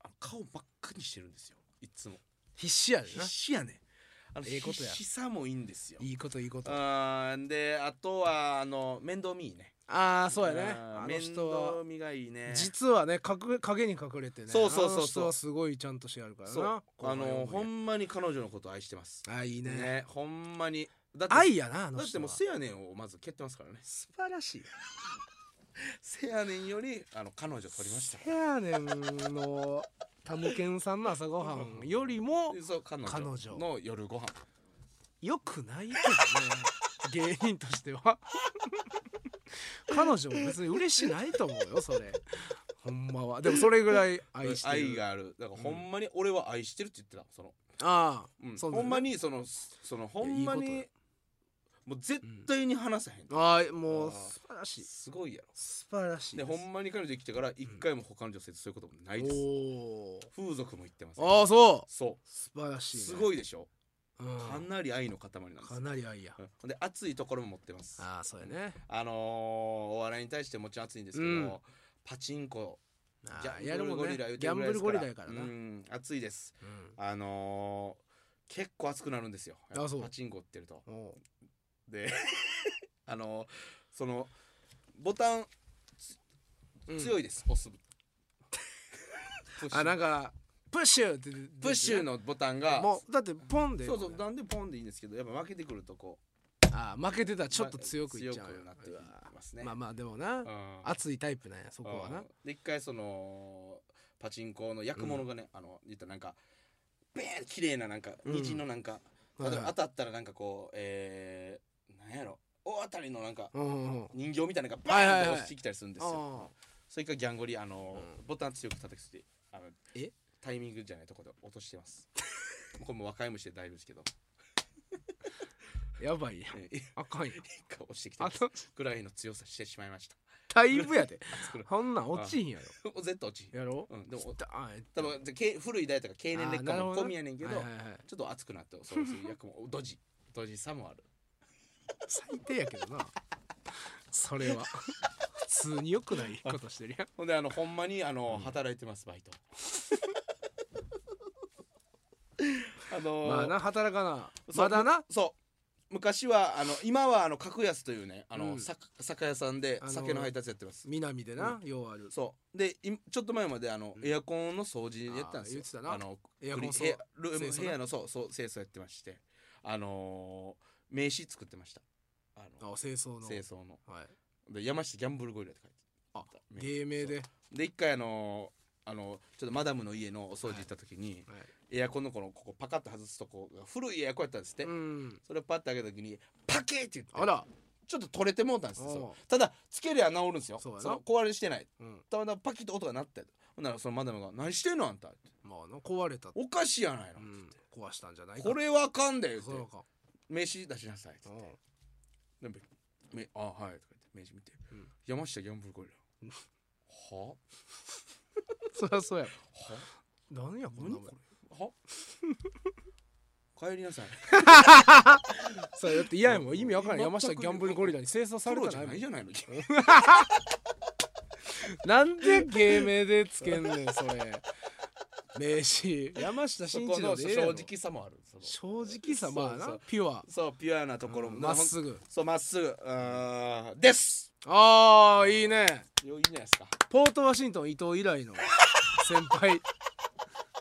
S1: あの顔ばっかりしてるんですよいつも
S2: 必死やでな
S1: 必死やねあの
S2: ええことや
S1: 必死さもいいんですよ
S2: いいこといいことあ
S1: あーであとはあの面倒見いいね
S2: あーそうやね
S1: ん
S2: あの
S1: 面
S2: 人は
S1: 倒見がいいね
S2: 実はね隠影に隠れてね
S1: そうそうそうそう
S2: あの人はすごいちゃんとしてやるから
S1: そう
S2: な
S1: あのほ
S2: 本
S1: んまに彼女のこと愛してます
S2: あいいね
S1: ねほんまにだって
S2: 愛やなあの人は
S1: だってもうせやねんをまず蹴ってますからね
S2: 素晴らしい
S1: せやねんよりあの彼女取りました
S2: せやねんのタムケンさんの朝ごはんよりも
S1: でそう彼女
S2: 彼女
S1: の夜ご飯
S2: 良くないけどね芸人としては彼女も別に嬉しないと思うよそれほんまはでもそれぐらい愛してる
S1: 愛があるだからほんまに俺は愛してるって言ってたその、
S2: ああ、
S1: うん
S2: そうだ
S1: ほ
S2: よ
S1: んまにそのそのほんま
S2: い
S1: に
S2: やいいこ
S1: もう絶対に話さへん、
S2: ああもう
S1: あー
S2: 素晴らしい
S1: すごいやろ
S2: 素晴らしい
S1: で
S2: です
S1: ほんまに彼女来てから一回も他の女性とそういうこともないです、
S2: お
S1: 風俗も行ってます
S2: おああそう
S1: そ
S2: 素晴らし
S1: う
S2: い、ね、
S1: すご
S2: い、
S1: いでしょ
S2: うん、
S1: かなり愛の塊なんです
S2: かなり愛や
S1: うんほんで熱いところも持ってます
S2: ああそうやね
S1: あのーお笑いに対してもちろん熱いんですけど、
S2: うん
S1: パチンコ
S2: あ
S1: ジ
S2: あ
S1: ャ
S2: やる
S1: ンブルゴ
S2: もんね
S1: リ
S2: ギ
S1: ラ言うて
S2: ャ
S1: る
S2: ン
S1: ぐ
S2: ブ
S1: らいで
S2: ル
S1: すか
S2: ゴ
S1: ら
S2: リラやからな、
S1: う
S2: うん
S1: ん熱いですあのー結構熱くなるんですよ
S2: あそう
S1: パチンコ打ってると
S2: おう
S1: で あのーそのボタン
S2: うん
S1: 強いです、押すプッシュ
S2: あなんかプッシュって
S1: プッシュのボタンが
S2: もうだってポンで
S1: そうそうなんでポンでいいんですけどやっぱ負けてくるとこう
S2: ああ負けてたらちょっと強くいっちゃう,、
S1: ま強くなってきますね
S2: まあまあでもな、
S1: うん
S2: 熱いタイプなんやそこはな、
S1: うんで一回そのパチンコの焼くものがね、あの言ったらなんかベーン綺麗ななんか
S2: うん
S1: 虹のなんか、
S2: はいはい
S1: 例えば当たったらなんかこうえー、なんやろ大当たりのなんか
S2: うんうんうん
S1: 人形みたいなのがバ
S2: はいはい
S1: ーン
S2: はい
S1: って落ちてきたりするんですよ、
S2: あ
S1: それからギャンゴリあの、
S2: う
S1: ボタン強く叩くしてあの
S2: え
S1: タイミングじゃないとこで落としてます もうこれもう若い虫で大丈夫ですけど
S2: あやばいやん
S1: えー一
S2: あかんやん
S1: 回落ちてきて
S2: あ
S1: ます
S2: と
S1: ぐらいの強さしてしまいました
S2: だいぶやで
S1: それ
S2: そんなん落ちんやろ
S1: もう絶対落ちひん
S2: やろ
S1: うんでも
S2: だあえっ
S1: 多
S2: と
S1: 分け古い代とか経年劣化も込みやねんけど
S2: あーなるほねはいはいはい
S1: ちょっと熱くなってそうです役もド ジドジさもある
S2: 最低やけどなそれは普通に良くないことしてるやん
S1: ほんであのほんまにあの、働いてますバ イトあのー
S2: まあな働かな
S1: そう
S2: まだな
S1: そう昔はあの今はあの格安というねあの、
S2: うん
S1: さ酒屋さんで
S2: あのー
S1: 酒の配達やってます、
S2: 南でな、ようある
S1: そうでいちょっと前まであの、
S2: うん
S1: エアコンの掃除やってたんですよ
S2: あー言ってたな
S1: あの
S2: エアコン
S1: ク
S2: 掃
S1: リ部屋ルーム
S2: 清掃
S1: 部
S2: な
S1: 屋のそうそう清掃やってましてあのー名刺作ってましたあ
S2: あ
S1: の
S2: 清掃の
S1: 清掃の
S2: はい
S1: で山下ギャンブルゴリラって書いて
S2: あ
S1: 名刺
S2: 芸名で、
S1: で一回あのーあのちょっとマダムの家のお掃除行った時に、
S2: はい
S1: エアコンのこのここパカッと外すとこが古いエアコンやったんですって、
S2: うん
S1: それをパッて開けた時にパケーって言って
S2: あら
S1: ちょっと取れてもうたんですよ
S2: おう
S1: そうただつけりゃ治るんですよ
S2: そうやな
S1: の壊れしてない
S2: うん
S1: たまたまパキッと音が鳴ってほんならそのマダムが「何してんのあんた」って
S2: まあな壊れた
S1: おかしいやないの」
S2: うん壊したんじゃないか
S1: これはあかんで」言っ
S2: そ
S1: て
S2: うか
S1: 「名刺出しなさい」って
S2: うん
S1: 言って「めあはい」とか言って名刺見て「
S2: うん
S1: 山下ギャンブルゴリラ」は
S2: そりゃそうやろ
S1: は
S2: 何やこんな
S1: 何
S2: もん
S1: これは帰りなさい
S2: そうだって嫌やもん意味わからん
S1: 全く
S2: 山下ギャンブルゴリラに清掃さ
S1: プ
S2: れ
S1: ロ
S2: た
S1: じゃ
S2: ないも
S1: ない
S2: ん
S1: じゃないの君
S2: なんで芸名でつけんねんそれ名刺山
S1: そ
S2: 下真
S1: こ
S2: 一
S1: の
S2: のでええやろ
S1: 正直さもあるその
S2: 正直さまあ
S1: そ
S2: な
S1: う
S2: ピュア
S1: そうピュアなところも
S2: まっすぐ
S1: そうまっすぐうーんです
S2: ああいいね
S1: よいいじゃないですか
S2: ポートワシントン伊藤以来の先輩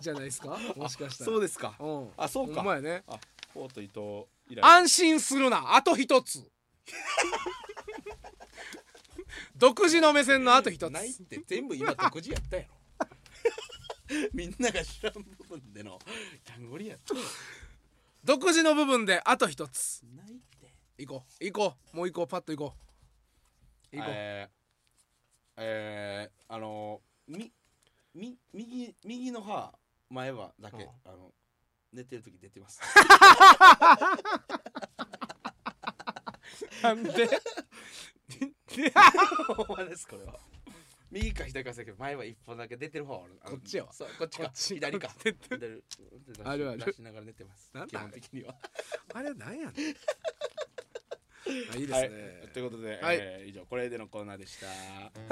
S2: じゃないで すかもしかしたら
S1: そう
S2: で
S1: ですか
S2: うん
S1: あそうか
S2: ほんまやね
S1: あポート伊藤以来
S2: 安心するなあと一つ 独自の目線のあと一つ
S1: ないって全部今独自やったや ろみんなが知らん部分でのギャンゴリやったや
S2: 独自の部分であと一つ
S1: ろないって
S2: 行こう行こうもう行こうパッと行こう行こう、
S1: えー、えー、あのみみ右右の歯前歯だけ、
S2: うん
S1: あの寝てる時出て ます
S2: なんで
S1: ほんまですこれは 右か左かだけど前歯一本だけ出てる方あるあの
S2: こっちやわ
S1: そうこっちか
S2: こっち
S1: 左か
S2: こっち 出て
S1: 左出し
S2: あるある
S1: 出しながら寝てます
S2: なん
S1: 基
S2: だ
S1: 本的には
S2: あれなんやねんあいいですね、
S1: はい
S3: ということで、
S2: はい
S3: えー以上これでのコーナーでした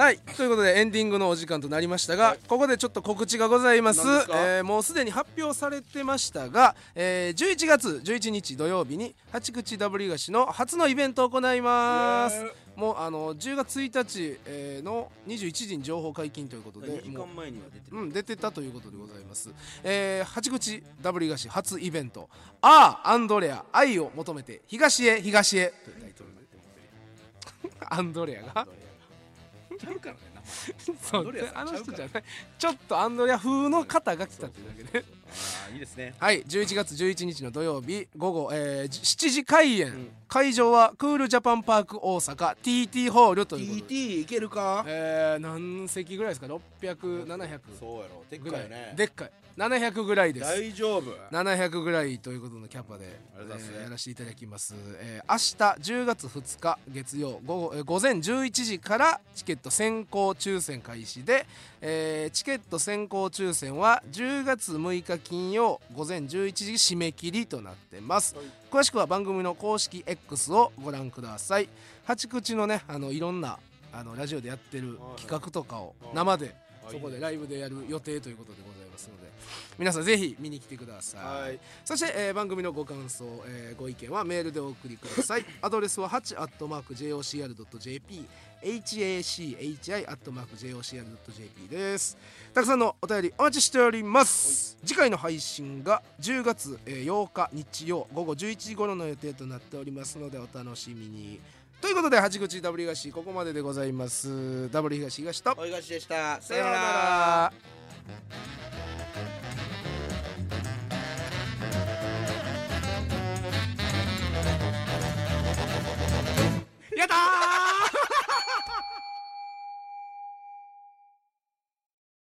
S2: はいということでエンディングのお時間となりましたが、ここでちょっと告知がございます
S3: 何ですか
S2: えーもうすでに発表されてましたが、えー11月11日土曜日に八口ダブリガシの初のイベントを行います
S3: イエー
S2: もうあの10月1日、えーの21時に情報解禁ということで
S1: 2時
S2: もう
S1: 間前には出てる、
S2: うん、出てたということでございます、えー八口ダブリガシ初イベント「ああアンドレア愛を求めて東へ東へ
S3: というタイトルになってますね」
S2: アンドレアが
S3: ちゃうからね名前
S2: そ
S3: アンド
S2: う
S3: レアさん
S2: あの人
S3: ち
S2: じ
S3: ゃ
S2: ゃ
S3: う
S2: ないちょっとアンドレア風の方が来たっていうだけで
S3: あーいいですね
S2: はい11月11日の土曜日午後、えーじ7時開演、
S1: ん
S2: 会場はクールジャパンパーク大阪 TT ホールということで、
S1: TT いけるか
S2: えー何席ぐらいですか600700
S1: そうやろでっ
S2: ぐ
S1: からい
S2: い
S1: よね
S2: でっかい700ぐらいです
S1: 大丈夫
S2: 700ぐらいということのキャパで、
S1: ありがとうございます
S2: えーやらせていただきます、えー明日10月2日月曜午後、えー午前11時からチケット先行抽選開始で、えーチケット先行抽選は10月6日金曜午前11時締め切りとなってます、
S1: はい
S2: 詳しくは番組の公式 X をご覧ください八口のねあのいろんなあのラジオでやってる
S1: はい
S2: 企画とかを
S1: はい
S2: 生で
S1: あ
S2: そこ
S1: い
S2: で
S1: い
S2: ライブでやる予定ということでございますので皆さんぜひ見に来てください、
S1: はい
S2: そして、えー番組のご感想、えーご意見はメールでお送りくだ さいアドレスは 8-jocr.jp hachi.jocr.jp ですたくさんのお便りお待ちしております次回の配信が10月えー8日日曜午後11時頃の予定となっておりますのでお楽しみにということで八口ダブリガシここまででございますダブル東東と
S1: おいがしでした
S2: さ
S1: さ
S2: よ
S1: よ
S2: う
S1: う
S2: な
S1: なら
S2: らやったー